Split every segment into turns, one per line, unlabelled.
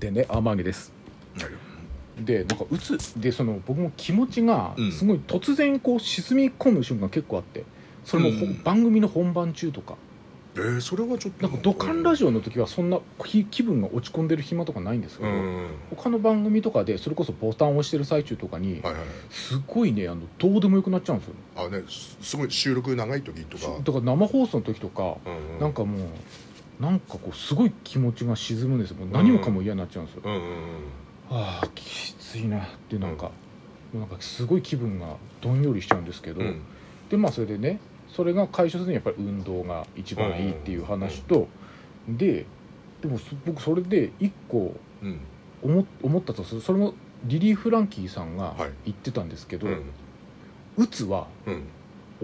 でね天毛ですでなんかうつでその僕も気持ちが
うん
すごい突然こう沈み込む瞬間結構あってそれもほ、
うん
番組の本番中とか
えー、それはちょっと
なんか土管ラ
ジ
ジオの時はそんな気気分が落ち込んでる暇とかないんですけ
う
ど、
んはい
他の番組とかでそれこそボタンを押してる最中とかに
はいはい
すごいねあのどうでもよくなっちゃうんですよ
あねすすごい収録長い時とか
だから生放送の時とか
うんうん
なんかもうなんかこうすごい気持ちが沈むんですよもう何もかも嫌になっちゃうんですよ、
うんうんうん
ああきついなってなんか、もうなんかすごい気分がどんよりしちゃうんですけど、
うん
でまあそれでねそれが解消するにはやっぱり運動が一番いいっていう話と、ででもそ僕それで一個
うん
思っ思ったとするそれもリリー・フランキーさんが
はい
言ってたんですけど、
う
うんつは
うん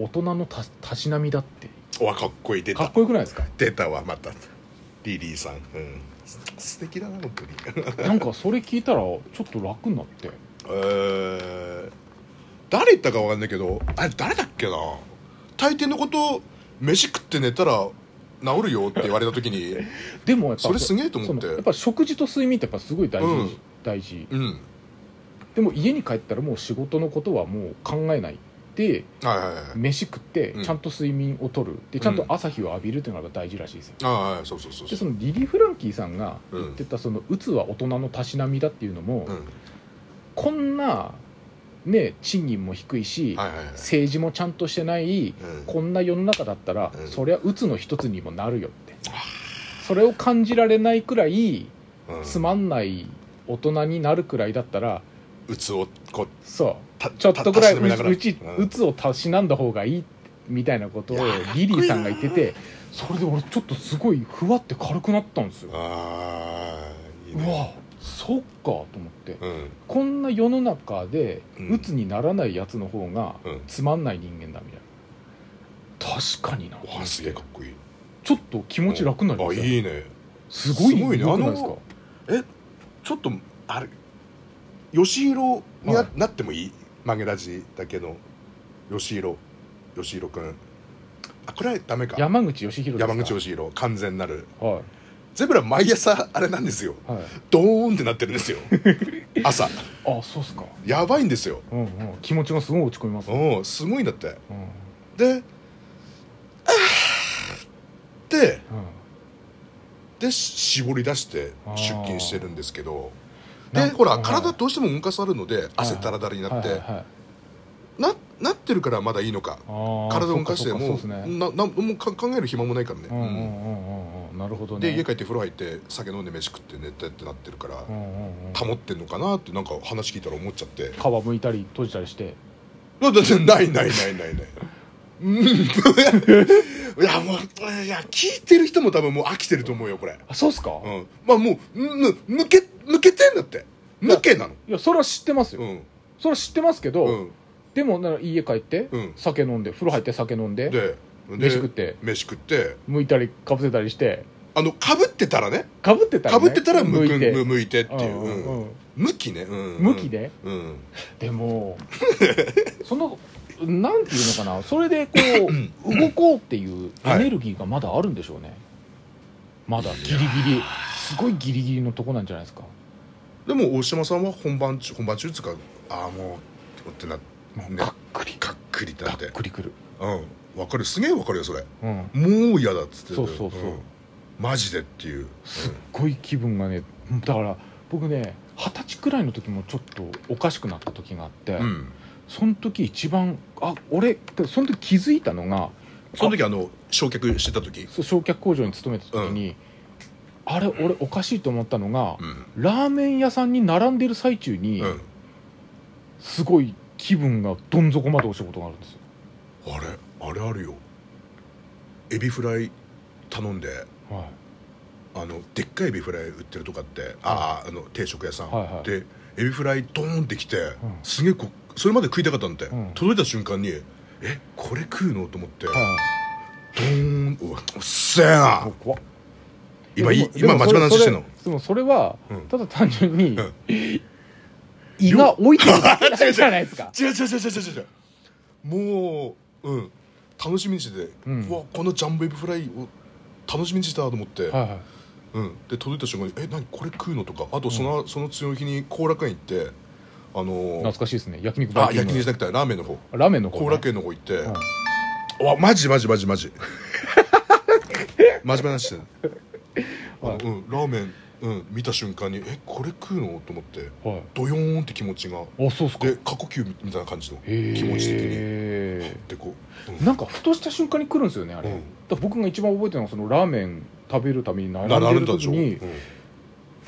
大人のたたしなみだって
うわかっこいい出
かったこよくないです か
出たわまたリリーさん、うん、す素敵だな本当に
なんかそれ聞いたらちょっと楽になって
えー、誰言ったかわかんないけどあれ誰だっけな大抵のこと飯食って寝たら治るよって言われた 時に
でもやっぱ
それすげえと思っ
そ
て
のやっぱ食事と睡眠ってやっぱすごい大事、
うん
大事
うん
でも家に帰ったらもう仕事のことはもう考えないで
はいはいはい
飯食って
うん
ちゃんと睡眠をとるでちゃんと朝日を浴びるっていうのが大事らしいですよ
ああはいそうそうそう
で
そ
そうのリリー・フランキーさんが
うん
言ってたその「うつは大人のたしなみだ」っていうのも、
うん
こんなね賃金も低いし、
はいはいはい
政治もちゃんとしてない
うん
こんな世の中だったら、
うん
そりゃうつの一つにもなるよってそれを感じられないくらい
うん
つまんない大人になるくらいだったら
うつをこう
そう
た
ちょっとくらい
たたしなみながら
ううち
うん
うつをたしなんだ方がいいみたいなことをリリーさんが言っててそれで俺ちょっとすごいふわって軽くなったんですよ
ああいいうね
わそっかと思って
うん
こんな世の中で
うん
うつにならないやつの方が
うん
つまんない人間だみたいな確かにな
わあすげえかっこいい
ちょっと気持ち楽になりま
あ
したよ
いいね
すごい
すごいね
良くないですか
あのちょっとあれ吉色にな,、
はい
なってもいい曲げラジだけの吉色吉色くんあこれはダメか
山口義弘ですか
山口吉色完全なる
は
ゼブラ毎朝あれなんですよ
いはい
ドーンってなってるんです よ朝
あそうっすか
やばいんですよ
うんうん気持ちがすごい落ち込みますね
うんすごいんだって
うんうん
であーってで絞り出して出勤してるんですけど
な
で
んか
ほら
はい
体どうしても動かされるので汗だらだらになって、
はいはいはい
ななってるからまだいいのか
あー
体を動かして
そっ
も
そうっかそうっすね
ななもうか考える暇もないからね、
うんうんうんうんうんなるほ
う
ど
ん
ね
で家帰って風呂入って酒飲んで飯食って寝てってなってるから、
うんうんうん
保ってんのかなってなんか話聞いたら思っちゃって
皮むいたり閉じたりして
だだだないないないないないうん いやもういや聞いてる人も多分もう飽きてると思うよこれ、
あそうっすか
う
い
ん、まあもうぬ抜け抜けてんだって抜けなの
やそれは知ってます
う
よ
ん
それは知ってますけ
う
ど
ん
でもなら家帰って
うん
酒飲んで風呂入って酒飲んで
でで
飯食って
飯食って
剥いたりかぶせたりして
あのかぶってたらね
かぶってた
か
ら
ぶってたら
剥
む
いて
む向いてっていう、
うん
うん
うんうん
向きね、うん
向きで
うん
でもそのなんていうのかなそれでこう動こうっていうエネルギーがまだあるんでしょうねまだギリギリすごいギリギリのとこなんじゃないですか
でも大島さんは本番中本番中っつうかああもうってな
もう
ね
がっくり
かっくりって
が
な
っ
って
くりくる
うんわかるすげえわかるよそれ
うん
もう嫌だっつって
そうそうそうん
マジでっていう、
すっごい気分がねだから僕ね二十歳くらいの時もちょっとおかしくなった時があって、
うんうん、
その時一番あ俺その時気づいたのが
その時あの焼却してた時
そう焼却工場に勤めてた時に、あれ俺おかしいと思ったのが
う、ん
ラーメン屋さんに並んでる最中に、
うん
すごい気分がどん底まで落ちたことがあるんですよ
あれあれあるよエビフライ頼んで
はい
あのでっかいエビフライ売ってるとかってあああの定食屋さん、
はいはい
でエビフライドーンってきて、
ん
すげえこうそれまで食いたかったんだよ、
うん
届いた瞬間にえこれ食うのと思って、
は
ドーンうわうっせえ
いも
な
う怖っ
今い
でも
今
でも
真面目な話してんの
それそれでもそれは、
うん
ただ単純に、
うん
胃が置いてるだけなんじゃないです か
違う違う違う違う違うもううん楽しみにしてて、
うん
うわこのジャンボエビフライを楽しみにしてたと思って、
はいはい
うん、で届いた瞬間に「え何これ食うの?」とかあとその,、その次の日に後楽園行ってあのー
懐かしいですね焼肉バ
あ
ーキン
焼き
グ
肉じゃなくてラーメンの方
ラーメンの
後
方
楽
ね
園の方行って、うわマジマジマジマジ マジ話してあの、
はい
うん、ラーメン、うん、見た瞬間に「えこれ食うの?」と思って
は
ドヨーンって気持ちが
いあそうっすか
で過呼吸みみたいな感じの
へー
気持ち的にでこう、うん
なんかふとした瞬間に来るんですよねあれ、
うん
だから僕が一番覚えてるのはそのラーメン食べるために並ん
な並ん
で
で
る
たでし
時
ょ、う
に
ん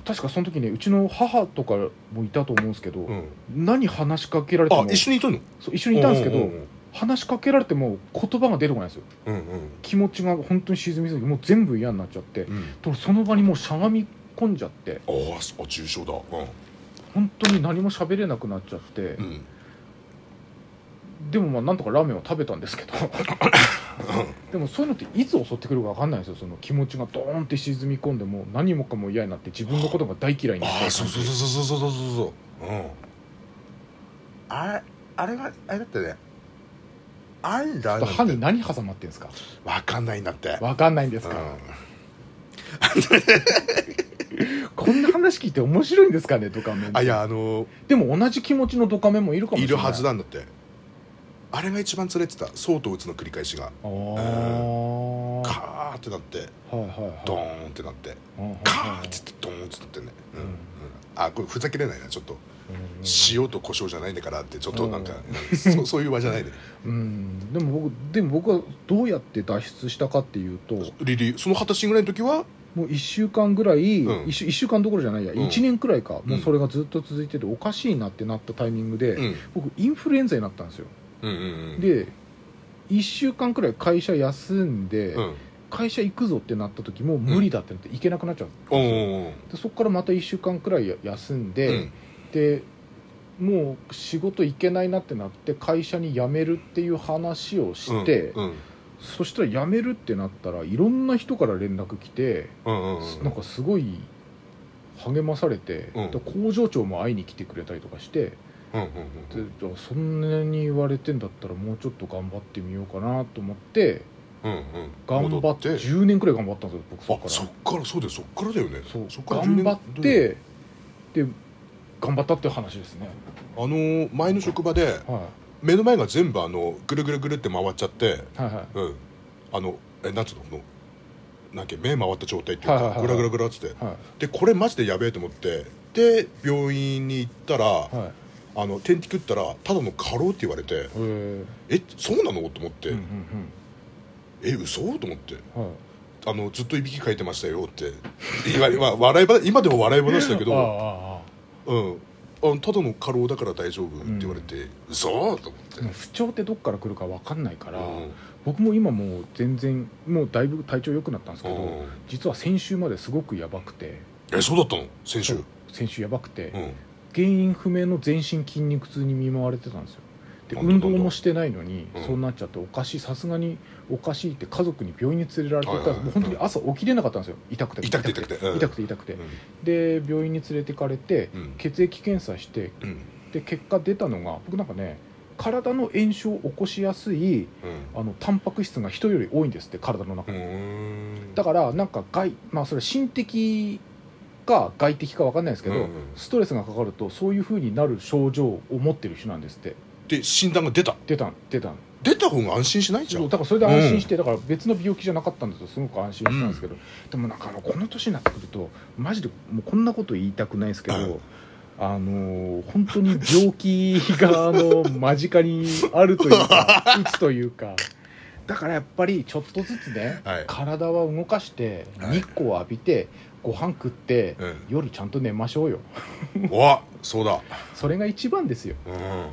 確かその時ねうちの母とかもいたと思うんですけど、
うん、
何話しかけられても
あ一緒にいたの
そう一緒にいたんですけど、
ううん
話しかけられても言葉が出てこないんですよ
うんうん
気持ちが本当に沈みすぎてもう全部嫌になっちゃって、
うん
とその場にもうしゃがみ込んじゃって
あーそあ重症だう
本当に何も喋れなくなっちゃって、
ん、うん、
でもまあなんとかラーメンを食べたんですけどでもそういうのっていつ襲ってくるか分かんないんですよその気持ちがドーンって沈み込んでもう何もかも嫌になって自分のことが大嫌いになっちゃう
あ
感
あ
じ
そうそうそうそうそうそうそうそううんあれあれがあれだってねあれだ
ちょっと歯に何挟まってんですか
わかんないんだって
分かんないんです
う
か、
ん
こんな話聞いて面白いんですかねドカメンって
あいやあの
でも同じ気持ちのドカメンもいるかもし
い
れない
るはずなんだってあれが一番連れてたそうと打つの繰り返しが
ああ、は
カーってなって
いはいはい
ドーンってなって
うんうんうん
カーって言ってドーンってなってねうん
うん
うんあこれふざけれないなちょっと
うん
塩と胡椒じゃないんだからってちょっとなんか そそういう場じゃないで
うんでも僕でも僕はどうやって脱出したかっていうと
リリーその二十歳ぐらいの時は
もう1週間ぐらい、
うん
一週 1, 週間どころじゃないや、
うん
1年くらいか
ん
もうそれがずっと続いてておかしいなってなったタイミングで、
うん
僕インフルエンザになったんですよ、
うんうんうん
で1週間くらい会社休んで、
うん
会社行くぞってなった時もう無理だってなって行けなくなっちゃったん
お
ですよ
ー
でそこからまた1週間くらいや休ん
う
で、
ん
でもう仕事行けないなってなって会社に辞めるっていう話をして、
うん
そしたら辞めるってなったらいろんな人から連絡来て、
うんうんうん
なんかすごい励まされて、
うん
で工場長も会いに来てくれたりとかして
うんうん
であそんなに言われてんだったらもうちょっと頑張ってみようかなと思って
うんうん
頑張
戻
って10年くらい頑張ったんですよ僕そ
あ
こから
そっからそうだよそっからだよね
そう
そっから10
頑
年
張ってで頑張ったっていう話ですね
あのー前の職場で
は
目の前が全部あのぐるぐるぐるって回っちゃって
いはいはい
うんあのえなんつうのこのなんか目回った状態っていう
はいはい
か
はい
ぐらぐらぐらっつって
は
でこれマジでやべえと思ってで病院に行ったら
いはい
あの点滴打ったらただの過労って言われて
へー
えそうなのと思って
うんうん
え嘘と思って
うんはい
あのずっといびきかいてましたよって言われ、まあ、笑い話今でも笑い話だけ
ああ
ど、
ああ
うん、あのただの過労だから大丈夫って言われて、嘘と思って
でも不調ってどっから来るか分かんないか
う
ら、
ん
僕も今もう全然もうだいぶ体調良くなったんですけど、
うん
実は先週まですごくやばくて
えそうだったの先週、
先週やばくて、
うん、
原因不明の全身筋肉痛に見舞われてたんですよで
なんだな
運
んだ
動もしてないのに、
うん
そうなっちゃっておかしいさすがにおかしいって家族に病院に連れられてたら、
はいはいはい
もう本当に朝起きれなかったんですよ痛くて
痛くて痛くてうん
痛くて痛くてで病院に連れてかれて
うん
血液検査して
うんうん
で結果出たのが僕なんかね体の炎症を起こしやすいあのタンパク質が人より多いんですって体の中
う
に、
ん
だからなんか外まあそれは心的か外的かわかんないですけど、
うんうん
ストレスがかかるとそういう風になる症状を持ってる人なんですって
で診断が出た
出たん出たん
出た方が安心しないじゃん
そうだからそれで安心して、だから別の病気じゃなかったんですよすごく安心したんですけど、でもなんかあのこの年になってくるとマジでもうこんなこと言いたくないですけど、
うん
あのー本当に病気があの間近にあるというか打つという かだからやっぱりちょっとずつね、
はい
体は動かして
はい
日光を浴びてご飯食って、
うん
夜ちゃんと寝ましょうよ
うわそうだ、
それが一番ですよ
うん、あ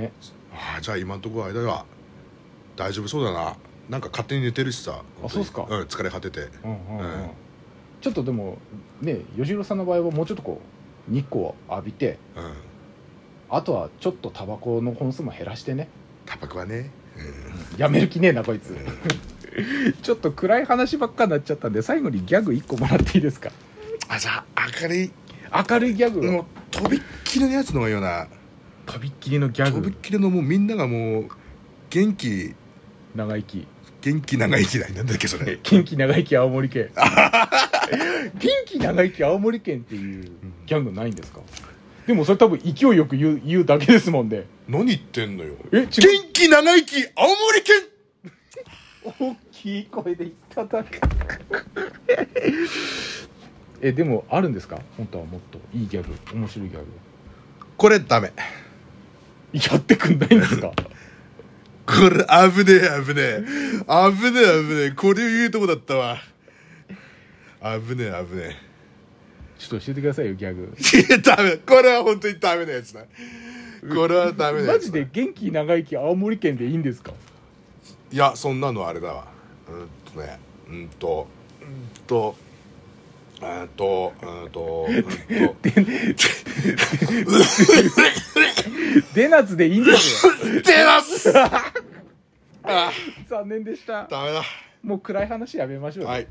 ね
ーじゃあ今のところ間は大丈夫そうだななんか勝手に寝てるしさ
あそうっすか
うん、疲れ果てて
うんうんうん
うん
ちょっとでもね吉郎さんの場合はもうちょっとこう日光を浴びて
うん
あとはちょっとタバコの本数も減らしてね
タバコはね、
やめる気ねえなこ いつちょっと暗い話ばっかになっちゃったんで最後にギャグ1個もらっていいですか
あじゃあ明るい
明るいギャグ
もうとびっきりのやつの方がいいよな
とびっきりのギャ
とび
グ
っきりのもうみんながもう元気
長生き
元気長生きだなんだっけそれ
元気長生き青森県元気長生き青森県っていうギャングないんですかでもそれ多分勢いよく言う言うだけですもんで
何言ってんのよ
え違う
元気長生き青森県
大きい声で言っただけ えでもあるんですか本当はもっといいギャグ面白いギャ
これダメ
グやってくんないん ですか
これ危ねえ危ねえ危ねえ危ねえこれ言うとこだったわ危ねえ危ね
ちょっと教えてくださいよギャグ
えいやダメこれは本当にダメなやつだこれはダメなや
マ
つ
ジ
だ
で元気長生き青森県でいいんですか
いやそんなのあれだわうんとねうんとうんとうんとうんとうんと
出なつでいいんです よ
出ますあ
残念でした
ダメだ
もう暗い話やめましょうよ
はい